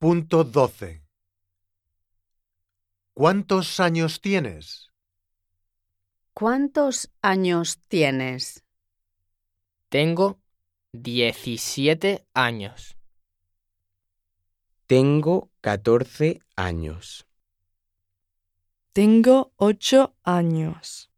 2.12 ¿Cuántos años tienes? ¿Cuántos años tienes? Tengo 17 años. Tengo 14 años. Tengo ocho años.